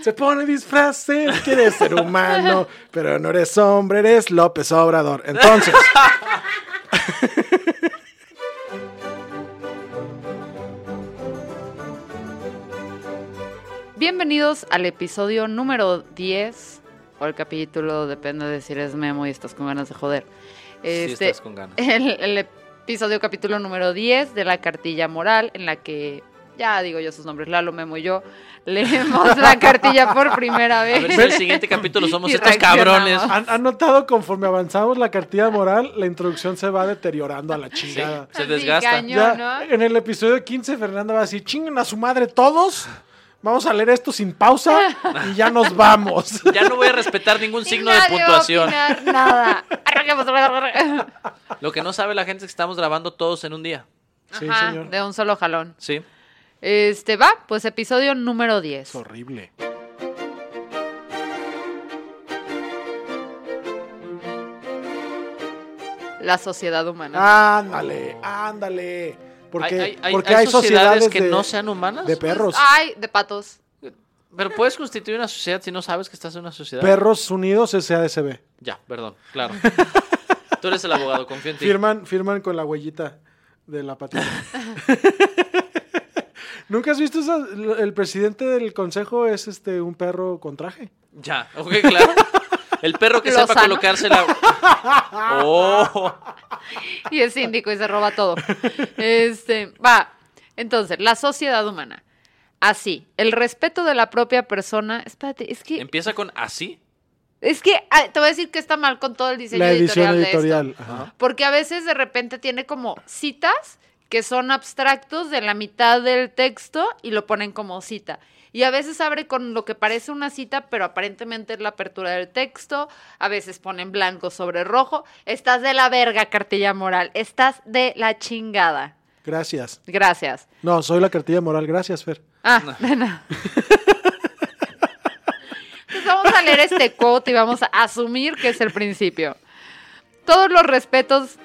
Se pone disfraz, que eres ser humano, pero no eres hombre, eres López Obrador. Entonces. Bienvenidos al episodio número 10, o al capítulo, depende de si eres memo y estás con ganas de joder. Sí, Este, estás con ganas. el, el episodio capítulo número 10 de la cartilla moral, en la que, ya digo yo sus nombres, Lalo, Memo y yo, leemos la cartilla por primera A vez. ver si el siguiente capítulo somos Y estos cabrones. reaccionamos. ¿Han, han notado conforme avanzamos la cartilla moral, la introducción se va deteriorando a la Sí, chingada. se Sí, desgasta. cañón. Ya, ¿no? En el episodio 15, Fernanda va a decir, chinguen a su madre todos. Vamos a leer esto sin pausa y ya nos vamos. Ya no voy a respetar ningún Y signo de nadie va a puntuación. opinar nada. Arranquemos, arranquemos. Lo que no sabe la gente es que estamos grabando todos en un día. Sí, Ajá, señor. de un solo jalón. Sí. Este va, pues episodio número 10. Es horrible. La sociedad Ah, humana. Ándale, ándale. Porque Hay- hay, hay- hay- porque hay hay sociedades, sociedades que de- no Ah, sean humanas. De perros. Ay, de patos. Pero puedes constituir una sociedad si no sabes que estás en una sociedad. Perros Unidos SADCB. Ya, perdón, claro. Tú eres el abogado, confío en ti. Firman, firman con la huellita de la patita. ¿Nunca has visto esa- el presidente del consejo es este un perro con traje? Ya, ok, claro. El perro que sepa Lozano. colocarse la. Oh, Y es síndico y se roba todo. Este, va. Entonces, la sociedad humana. Así, el respeto de la propia persona. Espérate, es Em que. empieza con así. Es que ah, te voy a decir que está mal con todo el diseño La edición editorial. de esto. editorial. Ajá. Porque a veces de repente tiene como citas que son abstractos de la mitad del texto y lo ponen como cita. Y a veces abre con lo que parece una cita, pero aparentemente es la apertura del texto. A veces ponen blanco sobre rojo. Estás de la verga, cartilla moral. Estás de la chingada. Gracias. Gracias. No, soy la cartilla moral. Gracias, Fer. Ah, de nada. Entonces vamos a leer este quote y vamos a asumir que es el principio. Todos los respetos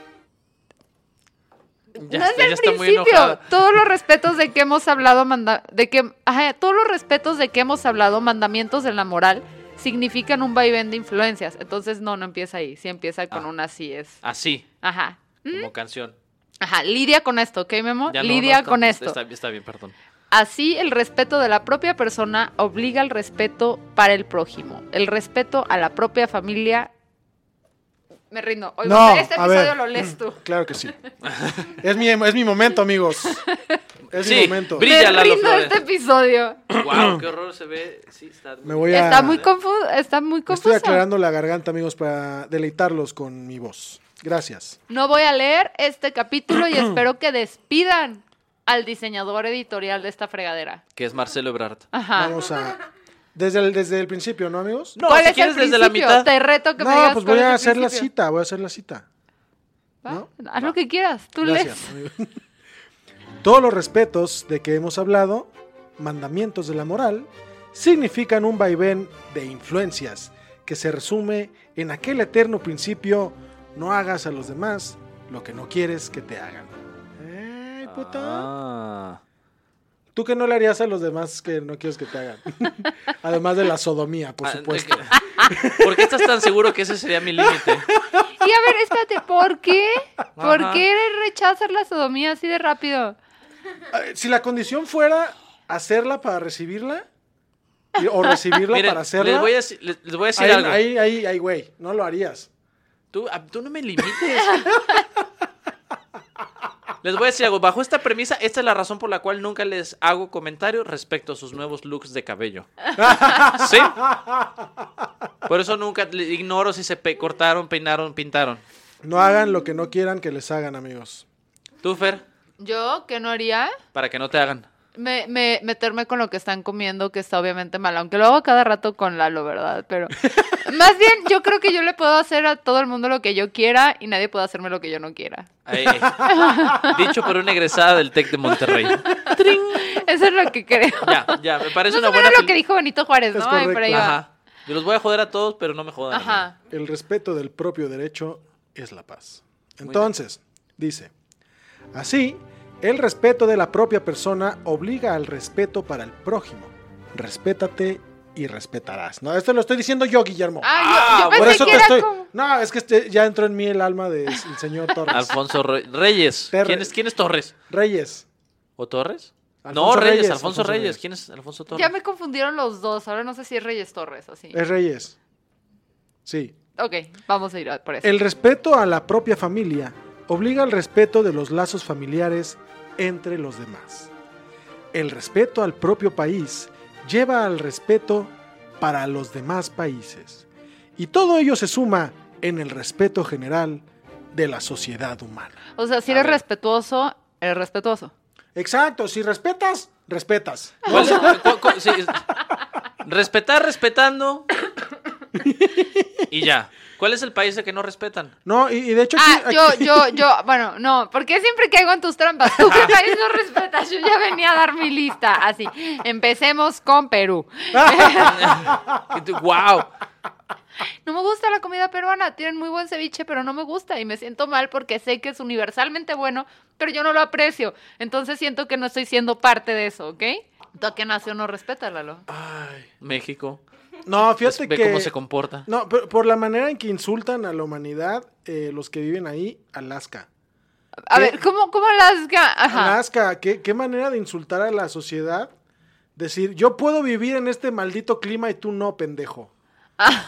Ya, no es está, el ya está muy principio. enojada. Todos los respetos de que hemos hablado, manda- de que, ajá, todos los respetos de que hemos hablado, mandamientos de la moral, significan un vaivén de influencias. Entonces, no, no empieza ahí. Sí empieza con Ah. una así es. Así, Ajá. como canción. Ajá. Lidia con esto, ¿ok, Memo? Ya no, no, ¿Mm? Lidia está- con esto. Está, está bien, perdón. Así, el respeto de la propia persona obliga al respeto para el prójimo. El respeto a la propia familia. Me rindo. Oigo, No, este a episodio ver. lo lees tú. Claro que sí. es, mi, es mi momento, amigos. Es Sí, mi momento. bri- Brilla, Me Lalo rindo de Flores. este episodio. Wow, qué horror se ve. Sí, está. Me voy a- Está muy confuso. Está muy confuso. Estoy aclarando la garganta, amigos, para deleitarlos con mi voz. Gracias. No voy a leer este capítulo y espero que despidan al diseñador editorial de esta fregadera. Que es Marcelo Ebrard. Ajá. Vamos a. Desde el, desde el principio, ¿no, amigos? No, ¿Cuál si es quieres el desde principio? la mitad. Te reto que me No, digas pues cuál voy a es el hacer la principio. cita, voy a hacer la cita. ¿Va? ¿no? Haz lo que quieras. Tú Gracias. lees. amigo. Todos los respetos de que hemos hablado, mandamientos de la moral, significan un vaivén de influencias que se resume en aquel eterno principio: no hagas a los demás lo que no quieres que te hagan. Ay, puta. Ah. ¿Tú qué no le harías a los demás que no quieres que te hagan? Además de la sodomía, por Ah, supuesto. de- ¿Por qué estás tan seguro que ese sería mi límite? Y a ver, espérate, ¿por qué? ¿Por Ajá. qué rechazas la sodomía así de rápido? Eh, Si la condición fuera hacerla para recibirla, y- o recibirla Miren, para hacerla, Les voy a, deci- les, les voy a decir ahí, algo. ahí, ahí, ahí, güey, no lo harías. Tú, ah, tú no me limites. Les voy a decir algo. Bajo esta premisa, esta es la razón por la cual nunca les hago comentario respecto a sus nuevos looks de cabello. ¿Sí? Por eso nunca le- ignoro si se pe- cortaron, peinaron, pintaron. No hagan lo que no quieran que les hagan, amigos. Tú, Fer, ¿Yo? ¿Qué no haría? para que no te hagan. me, me- meterme con lo que están comiendo, que está obviamente mal, aunque lo hago cada rato con Lalo, ¿verdad? Pero más bien yo creo que yo le puedo hacer a todo el mundo lo que yo quiera y nadie puede hacerme lo que yo no quiera. Ay, ay. eh. Dicho por una egresada del TEC de Monterrey. Eso es lo que creo. Ya, ya, me parece no una sé buena... lo peli- que dijo Benito Juárez, Es ¿no? Ay, por ahí va. Ajá. Yo los voy a joder a todos, pero no me jodan. a mí. Ajá. El respeto del propio derecho es la paz. Entonces, dice, así, el respeto de la propia persona obliga al respeto para el prójimo. Respétate y respetarás. No, esto lo estoy diciendo yo, Guillermo. Ah, yo, yo Ah, Por pensé eso que te era estoy... como. No, es que este- ya entró en mí el alma del señor Torres. Alfonso Re- Reyes. Terre- ¿Quién es, ¿Quién es Torres? Reyes. ¿O Torres? Alfonso no, Reyes, Reyes, Alfonso, Alfonso Reyes. Reyes. ¿Quién es Alfonso Torres? Ya me confundieron los dos. Ahora no sé si es Reyes Torres o sí. Es Reyes. Sí. Ok, vamos a ir a- por eso. El respeto a la propia familia obliga al respeto de los lazos familiares entre los demás. El respeto al propio país lleva al respeto para los demás países. Y todo ello se suma en el respeto general de la sociedad humana. O sea, si A eres ver. respetuoso, eres respetuoso. Exacto, si respetas, respetas. ¿Cuál es- cu- cu- sí, es- Respetar respetando. y ya. ¿Cuál es el país al que no respetan? No, y, y de hecho Ah, aquí- yo, aquí- yo, yo, bueno, no, porque siempre caigo en tus trampas. Tú qué país no respetas, yo ya venía a dar mi lista. Así, empecemos con Perú. Ah. Eh, ¡Wow! No me gusta la comida peruana, tienen muy buen ceviche, pero no me gusta y me siento mal porque sé que es universalmente bueno, pero yo no lo aprecio. Entonces siento que no estoy siendo parte de eso, ¿ok? ¿Tú a qué nación no respetas, Lalo? Ah, México. No, Pues fíjate ve que... cómo se comporta. No, pero por la manera en que insultan a la humanidad eh, los que viven ahí, Alaska. A ¿Qué? ver, ¿cómo, cómo Alaska? Ajá. eh, Alaska, ¿qué, qué manera de insultar a la sociedad. Decir, yo puedo vivir en este maldito clima y tú no, pendejo. Ah.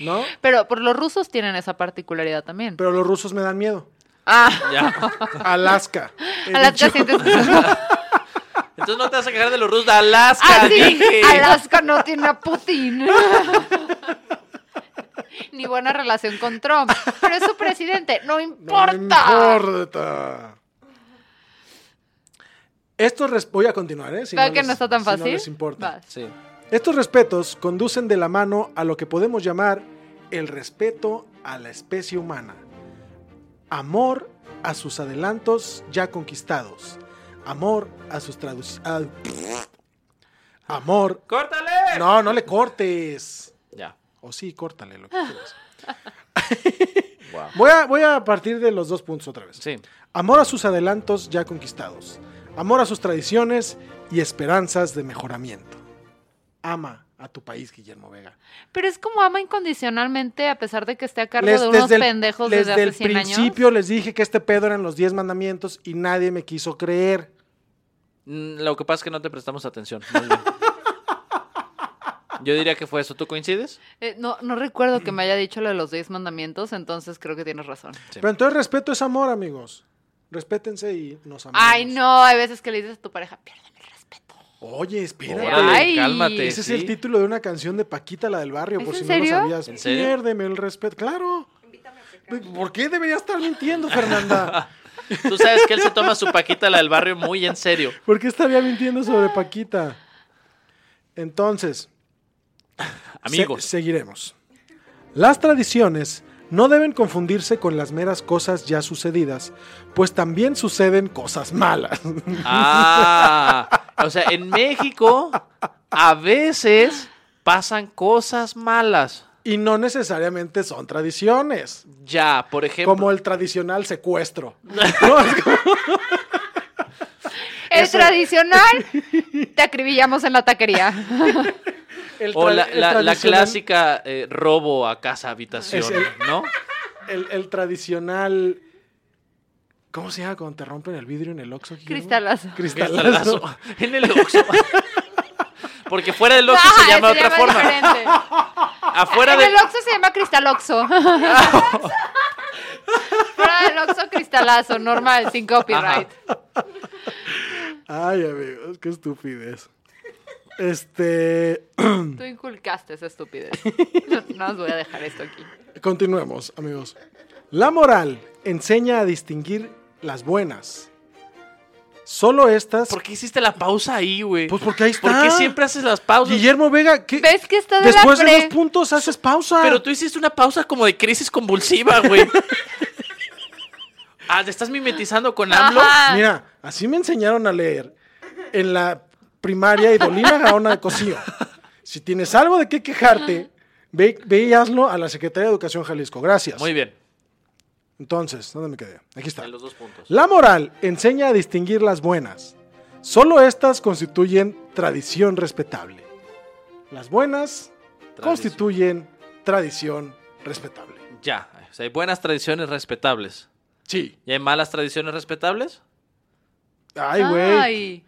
¿No? Pero por los rusos tienen esa particularidad también. Pero los rusos me dan miedo. ah, Ya. Alaska. he Alaska dicho. sientes que Entonces no te vas a quejar de los rusos de Alaska. Ah, sí, dije. Alaska no tiene a Putin. Ni buena relación con Trump. Pero es su presidente. No No importa. me importa. Estos res- voy a continuar, ¿eh? Si Veo que les- no está tan si fácil. no les importa. Vas. Sí. Estos respetos conducen de la mano a lo que podemos llamar el respeto a la especie humana. Amor a sus adelantos ya conquistados. Amor a sus traducciones. Amor. ¡Córtale! No, no le cortes. Ya. O sí, córtale lo que quieras. Wow. Voy a, voy a partir de los dos puntos otra vez. Sí. Amor a sus adelantos ya conquistados. Amor a sus tradiciones y esperanzas de mejoramiento. Ama a tu país, Guillermo Vega. Pero es como ama incondicionalmente, a pesar de que esté a cargo Les- de unos desde el- pendejos les- desde, hace del 100 años. principio les dije que este pedo eran los 10 mandamientos y nadie me quiso creer. Mm, Lo que pasa es que no te prestamos atención. Muy bien. Yo diría que fue eso. ¿Tú coincides? Eh, no, no recuerdo que me haya dicho lo de los 10 mandamientos, entonces creo que tienes razón. Sí. Pero entonces respeto es amor, amigos. Respétense y nos amamos. Ay, no, hay veces que le dices a tu pareja, piérdeme el respeto. Oye, espérate. Órale, Ay. cálmate. Ese sí. es el título de una canción de Paquita, la del barrio, ¿Es por en si serio? no lo sabías. ¿En serio? Piérdeme el respeto. Claro. ¿Por qué debería estar mintiendo, Fernanda? Tú sabes que él se toma su paquita, la del barrio, muy en serio. ¿Por qué estaría mintiendo sobre Paquita? Entonces, Se- Amigos. seguiremos. Las tradiciones no deben confundirse con las meras cosas ya sucedidas, pues también suceden cosas malas. Ah, o sea, en México a veces pasan cosas malas. y no necesariamente son tradiciones, Ya, por ejemplo. como el tradicional secuestro. No, es como- El Eso- tradicional, te acribillamos en la taquería. el o tra- la, el la- la tradicional- clásica eh, robo a casa habitación, Es el- ¿no? El, el tradicional... ¿Cómo se llama cuando te rompen el vidrio en el Oxxo? Guillermo? Cristalazo. Cristalazo. Cristalazo. En el Oxxo. Porque fuera del Oxxo se Ah, llama de otra forma. diferente. Afuera En del el Oxxo se llama cristaloxo. Fuera del Oxxo, cristalazo, normal, sin copyright. Ay, amigos, qué estupidez. Este... Tú inculcaste esa estupidez. No os voy a dejar esto aquí. Continuemos, amigos. La moral enseña a distinguir las buenas, Solo estas. ¿Por qué hiciste la pausa ahí, güey? Pues porque ahí está. ¿Por qué siempre haces las pausas? Guillermo Vega, ¿qué? ¿Ves que está de la Después de pre? los puntos haces pausa. Pero tú hiciste una pausa como de crisis convulsiva, güey. ah, ¿te estás mimetizando con AMLO? Ajá. Mira, así me enseñaron a leer en la primaria Idolina Gaona de Cosío. Si tienes algo de qué quejarte, ve, ve y hazlo a la Secretaría de Educación Jalisco. Gracias. Muy bien. Entonces, ¿dónde me quedé? Aquí está. En los dos puntos. La moral enseña a distinguir las buenas. Solo estas constituyen tradición respetable. Las buenas constituyen tradición respetable. Ya. O sea, hay buenas tradiciones respetables. Sí. ¿Y hay malas tradiciones respetables? Ay, güey. Ay.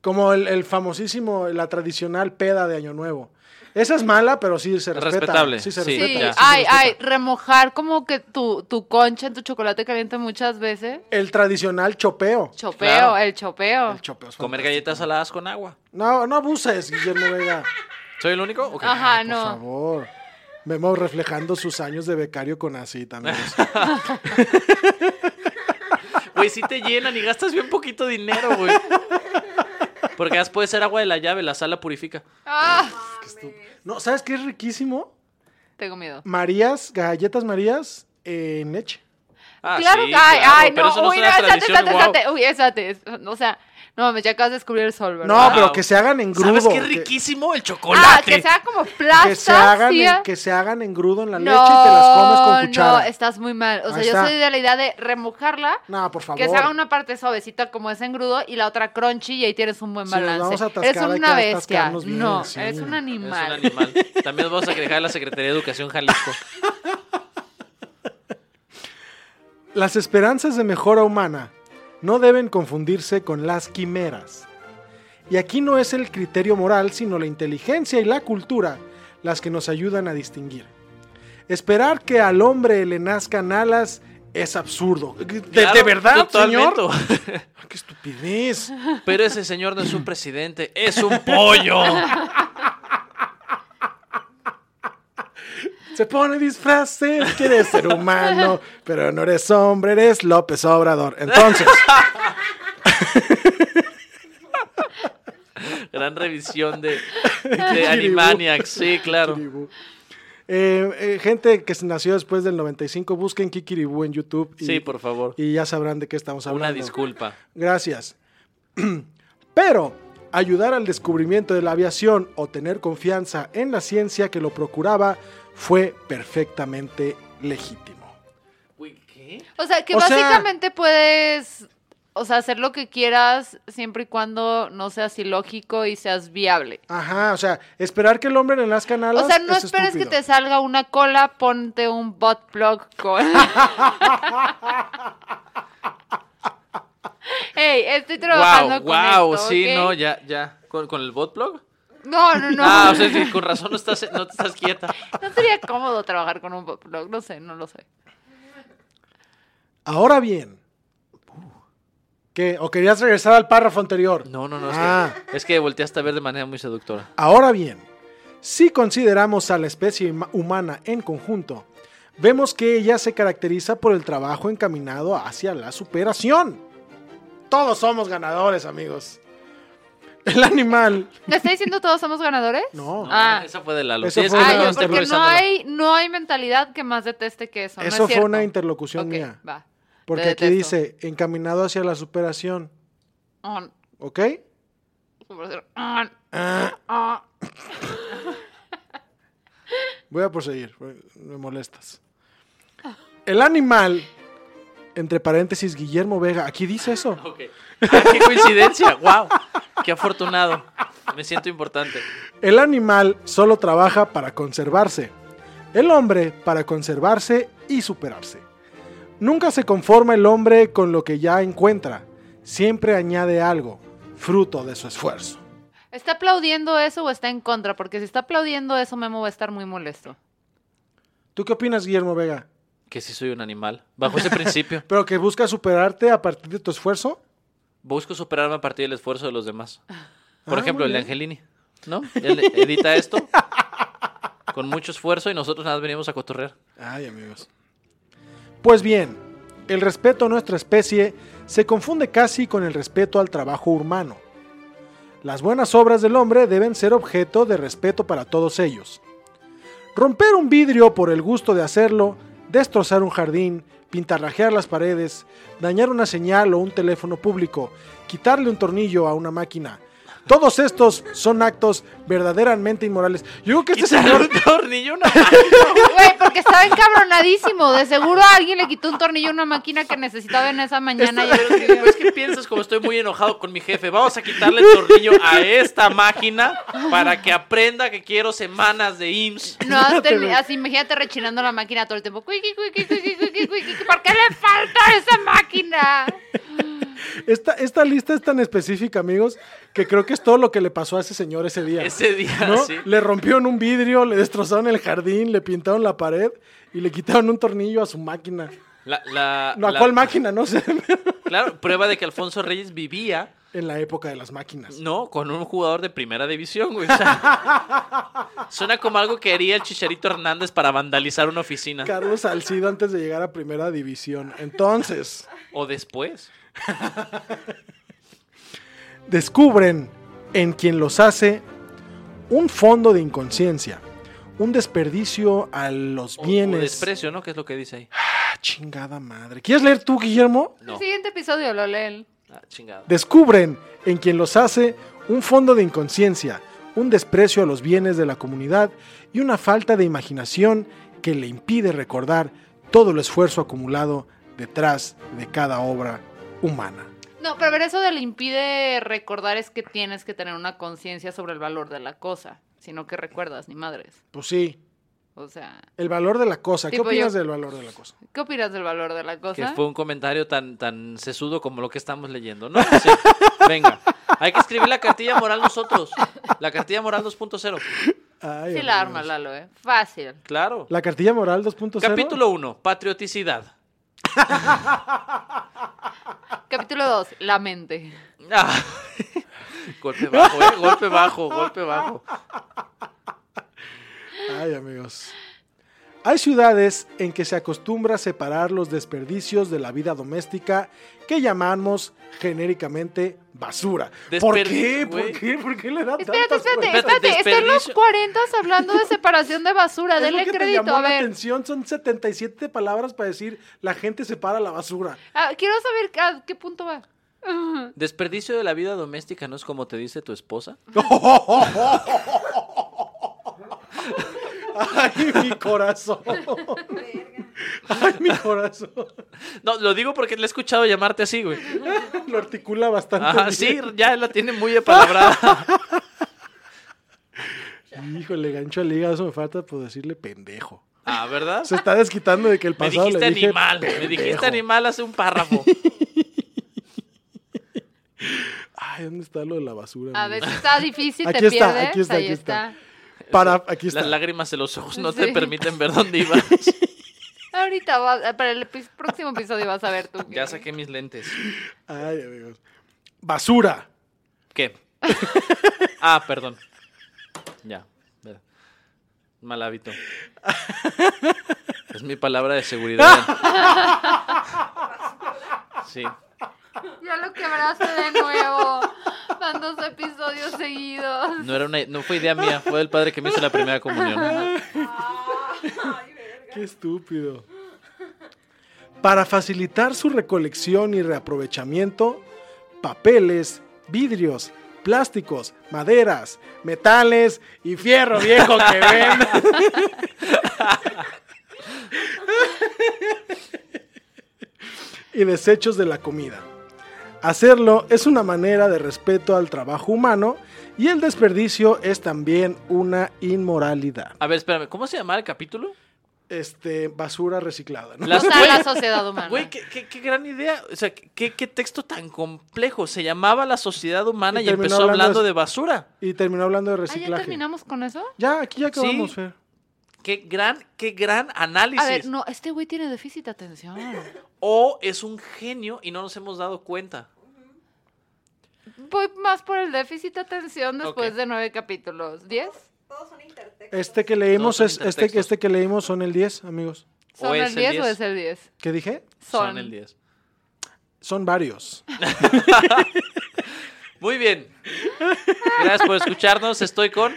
Como el, el famosísimo, la tradicional peda de Año Nuevo. Esa es mala, pero sí se respeta. Respetable, Sí, se sí. respeta. Sí, sí se ay, respeta. ay, remojar como que tu, tu concha en tu chocolate caliente muchas veces. El tradicional chopeo. Chopeo, Claro. el chopeo. El chopeo es Comer fantástico. galletas saladas con agua. No, no abuses, Guillermo Vega. ¿Soy el único? Ok. Ajá, Por no. favor. Vemos reflejando sus años de becario con así también. Güey, sí te llenan y gastas bien poquito dinero, güey. Porque además puede ser agua de la llave, la sal la purifica. Ah, No, ¿sabes qué es riquísimo? tengo miedo. Marías, galletas Marías eh, en leche. Ah, claro, sí, que- ay, claro, ay, pero eso no, uy, es no, una estate, tradición, estate, guau. estate, uy, estate, es- o sea, no mames, ya acabas de descubrir el sol, ¿verdad? No, pero que se hagan en grudo. ¿Sabes qué que- riquísimo? El Ah, chocolate. que sea como plasta. Que se, hagan sí, en, ah. que se hagan en grudo en la leche y te las comes con No, cuchara. estás muy mal. O sea, Ahí yo está. soy de la idea de remojarla. No, por favor. Que se haga una parte suavecita como es engrudo y la otra crunchy y ahí tienes un buen Si nos balance. vamos a atascar, eres hay que una bestia. atascarnos bien, no, sí. eres un Es un animal. animal. También vamos a dejar a la Secretaría de Educación Jalisco. Las esperanzas de mejora humana no deben confundirse con las quimeras. Y aquí no es el criterio moral, sino la inteligencia y la cultura las que nos ayudan a distinguir. Esperar que al hombre le nazcan alas es absurdo. ¿De, de Claro, verdad, señor? totalmente. ¡Qué estupidez! Pero ese señor no es un presidente, es un pollo. Se pone disfraces, que eres ser humano, pero no eres hombre, eres López Obrador. Entonces, Gran revisión de, de Animaniacs, sí, claro. Kikiribú. Eh, eh, gente que se nació después del 95, busquen Kikiribú en YouTube. Sí, por favor. Y ya sabrán de qué estamos hablando. Una disculpa. Gracias. Pero ayudar al descubrimiento de la aviación o tener confianza en la ciencia que lo procuraba fue perfectamente legítimo. Uy, ¿qué? O sea, que O sea- básicamente puedes, o sea, hacer lo que quieras siempre y cuando no seas ilógico y seas viable. Ajá, o sea, esperar que el hombre le nazcan alas O sea, no es esperes estúpido. que te salga una cola, ponte un bot plug con. Ey, estoy trabajando Wow, con wow, esto, sí, ¿ok? no, ya, ya. ¿Con, con el botblog? No, no, no. Ah, o sea, sí, con razón no, estás, no te estás quieta. No sería cómodo trabajar con un blog, no sé, no lo sé. Ahora bien. ¿Qué? ¿O querías regresar al párrafo anterior? No, no, no, es, Ah. que, es que volteaste a ver de manera muy seductora. Ahora bien, si consideramos a la especie huma- humana en conjunto, vemos que ella se caracteriza por el trabajo encaminado hacia la superación. Todos somos ganadores, amigos. El animal. ¿Le está diciendo todos somos ganadores? No. No, Ah. esa fue de Lalo. Esa Sí, es fue que de Ay, Lalo. Lalo yo, está porque no improvisándola. hay, no hay mentalidad que más deteste que eso. ¿no es Eso fue cierto? una interlocución Ok, mía. Va. Porque Te aquí detesto. dice encaminado hacia la superación. On, ¿Ok? superación, on, Ah, on. voy a proseguir. Me molestas. El animal, entre paréntesis, Guillermo Vega. Aquí dice eso. Ok. Ah, ¡Qué coincidencia! ¡Wow! ¡Qué afortunado! Me siento importante. El animal solo trabaja para conservarse. El hombre para conservarse y superarse. Nunca se conforma el hombre con lo que ya encuentra. Siempre añade algo, fruto de su esfuerzo. ¿Está aplaudiendo eso o está en contra? Porque si está aplaudiendo eso, Memo va a estar muy molesto. ¿Tú qué opinas, Guillermo Vega? Que sí soy un animal. Bajo ese principio, ¿Pero que buscas superarte a partir de tu esfuerzo? busco superarme a partir del esfuerzo de los demás. Por Ah, ejemplo, muy el de bien. Angelini. ¿No? Él edita esto con mucho esfuerzo y nosotros nada más venimos a cotorrear. Ay, amigos. Pues bien, El respeto a nuestra especie se confunde casi con el respeto al trabajo humano. Las buenas obras del hombre deben ser objeto de respeto para todos ellos. Romper un vidrio por el gusto de hacerlo, destrozar un jardín, pintarrajear las paredes, dañar una señal o un teléfono público, quitarle un tornillo a una máquina. Todos estos son actos verdaderamente inmorales. Yo creo que este Quitarle señor un tornillo, una Güey, porque estaba encabronadísimo. De seguro a alguien le quitó un tornillo a una máquina que necesitaba en esa mañana. y Pero es que, pues, ¿qué piensas? Como estoy muy enojado con mi jefe, vamos a quitarle el tornillo a esta máquina para que aprenda que quiero semanas de IMSS. No, hasta el- así imagínate rechinando la máquina todo el tiempo. Cuiqui, cuiqui, cuiqui, cuiqui, cuiqui, ¿Por qué le falta a esa máquina? Esta, esta lista es tan específica, amigos, que creo que es todo lo que le pasó a ese señor ese día. Ese día, ¿no? sí. Le rompieron un vidrio, le destrozaron el jardín, le pintaron la pared y le quitaron un tornillo a su máquina. La, la- No, ¿a la- cuál máquina? No sé. Claro, prueba de que Alfonso Reyes vivía, en la época de las máquinas. ¿no? Con un jugador de primera división, güey. O sea, suena como algo que haría el Chicharito Hernández para vandalizar una oficina. Carlos Salcido antes de llegar a primera división. Entonces, O después. descubren en quien los hace un fondo de inconsciencia, un desperdicio a los O, o bienes. desprecio, ¿no? Que es lo que dice ahí. Ah, chingada madre. ¿Quieres leer tú, Guillermo? No. El siguiente episodio lo leen. Ah, chingado. descubren en quien los hace un fondo de inconsciencia, un desprecio a los bienes de la comunidad y una falta de imaginación que le impide recordar todo el esfuerzo acumulado detrás de cada obra humana. No, pero a ver, eso de le impide recordar es que tienes que tener una conciencia sobre el valor de la cosa. Si no, que recuerdas, ni madres. Pues sí, O sea, el valor de la cosa. ¿Qué Tipo opinas yo- del valor de la cosa? ¿qué opinas del valor de la Que cosa? fue un comentario tan, tan sesudo como lo que estamos leyendo, ¿no? Sí. Venga, hay que escribir la cartilla moral nosotros. La cartilla moral 2.0. Ay, Sí amigos. la arma, Lalo, ¿eh? Fácil. Claro. La cartilla moral 2.0. Capítulo 1, patrioticidad. Capítulo 2, la mente. Ah. Golpe bajo, ¿eh? Golpe bajo, golpe bajo. Ay, amigos. Hay ciudades en que se acostumbra separar los desperdicios de la vida doméstica que llamamos genéricamente basura. ¿Por Desperdicio, qué? ¿Por güey. qué? ¿Por qué le da Espérate, tantas espérate, vueltas? espérate. Está en los desperdicio. 40 hablando de separación de basura. Es lo Denle que te crédito, llamó a la ver. atención, son 77 palabras para decir la gente separa la basura. Ah, quiero saber a qué punto va. Desperdicio de la vida doméstica no es como te dice tu esposa. Ay, mi corazón. Ay, mi corazón. No, lo digo porque le he escuchado llamarte así, güey. Lo articula bastante. Ah, bien. sí, ya la tiene muy apalabrada. Híjole, gancho al hígado, eso me falta por decirle pendejo. Ah, ¿verdad? Se está desquitando de que el Me pasado dijiste le dije animal, me pendejo. dijiste animal hace un párrafo. Ay, ¿dónde está lo de la basura? A amigo? veces está difícil, Aquí te está, pierdes. aquí está, ahí aquí está. está. Para, aquí está. Las lágrimas de los ojos no Sí. te permiten ver dónde ibas. Ahorita va- eh, para el epi- próximo episodio vas a ver tú. Ya saqué mis lentes. Ay, amigos. Basura. ¿Qué? Ah, perdón. Ya. ya. Mal hábito. Es mi palabra de seguridad. Sí. Ya lo quebraste de nuevo. Van dos episodios seguidos. No, era una, no fue idea mía, fue el padre que me hizo la primera comunión. Qué estúpido. Para facilitar su recolección y reaprovechamiento, papeles, vidrios, plásticos, maderas, metales y fierro viejo que ven. y desechos de la comida. Hacerlo es una manera de respeto al trabajo humano y el desperdicio es también una inmoralidad. A ver, espérame, ¿cómo se llamaba el capítulo? Este, basura reciclada, ¿no? O Las- sea, la sociedad humana. Güey, qué, qué- qué gran idea. O sea, qué, qué texto tan complejo. Se llamaba La Sociedad Humana Y y, terminó empezó hablando, hablando de- de basura. Y terminó hablando de ¿Ah, ya reciclaje. terminamos con eso? Ya, aquí ya acabamos, Sí. Fer. Qué gran, qué gran análisis. A ver, no, este güey tiene déficit de atención. O es un genio y no nos hemos dado cuenta. Voy más por el déficit de atención después Ok. de nueve capítulos. ¿Diez? Este que leímos son es este, intertextos. este que leímos son el 10, amigos. ¿Son es el 10 o es el 10? ¿Qué dije? Son, Son. el 10. Son varios. Muy bien. Gracias por escucharnos. Estoy con.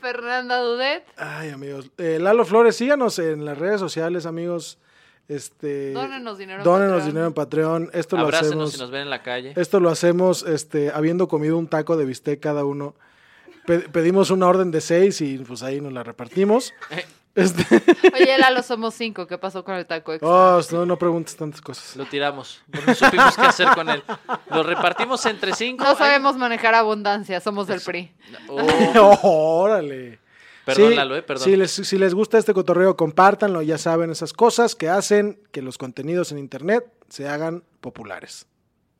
Fernanda Dudet. Ay, amigos. Eh, Lalo Flores, síganos en las redes sociales, amigos. Este, Dónenos dinero en Dónenos Patreon. dinero en Patreon. Esto lo Abrácenos hacemos. si nos ven en la calle. Esto lo hacemos este, habiendo comido un taco de bistec cada uno. Pe- pedimos una orden de seis y pues ahí nos la repartimos. Este, Oye, Lalo, somos 5. ¿Qué pasó con el taco extra? oh, no, no preguntes tantas cosas. Lo tiramos. porque No supimos qué hacer con él. Lo repartimos entre cinco. No Ay, sabemos manejar abundancia, somos del PRI. oh. órale. Perdón, Sí, Lalo, eh, perdón. Si les, si les gusta este cotorreo, compártanlo. Ya saben esas cosas que hacen que los contenidos en internet se hagan populares.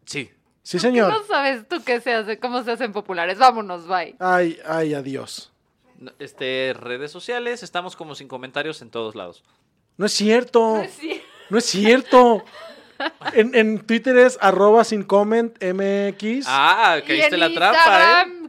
Sí. Sí, ¿Tú señor. No sabes tú qué se hace, cómo se hacen populares. Vámonos, bye. Ay, ay, adiós. No, Este, redes sociales, estamos como sin comentarios en todos lados. No es cierto. No es cierto. No es cierto. En, en Twitter es arroba sin comment mx. Ah, Y caíste en la trampa, ¿eh? Instagram,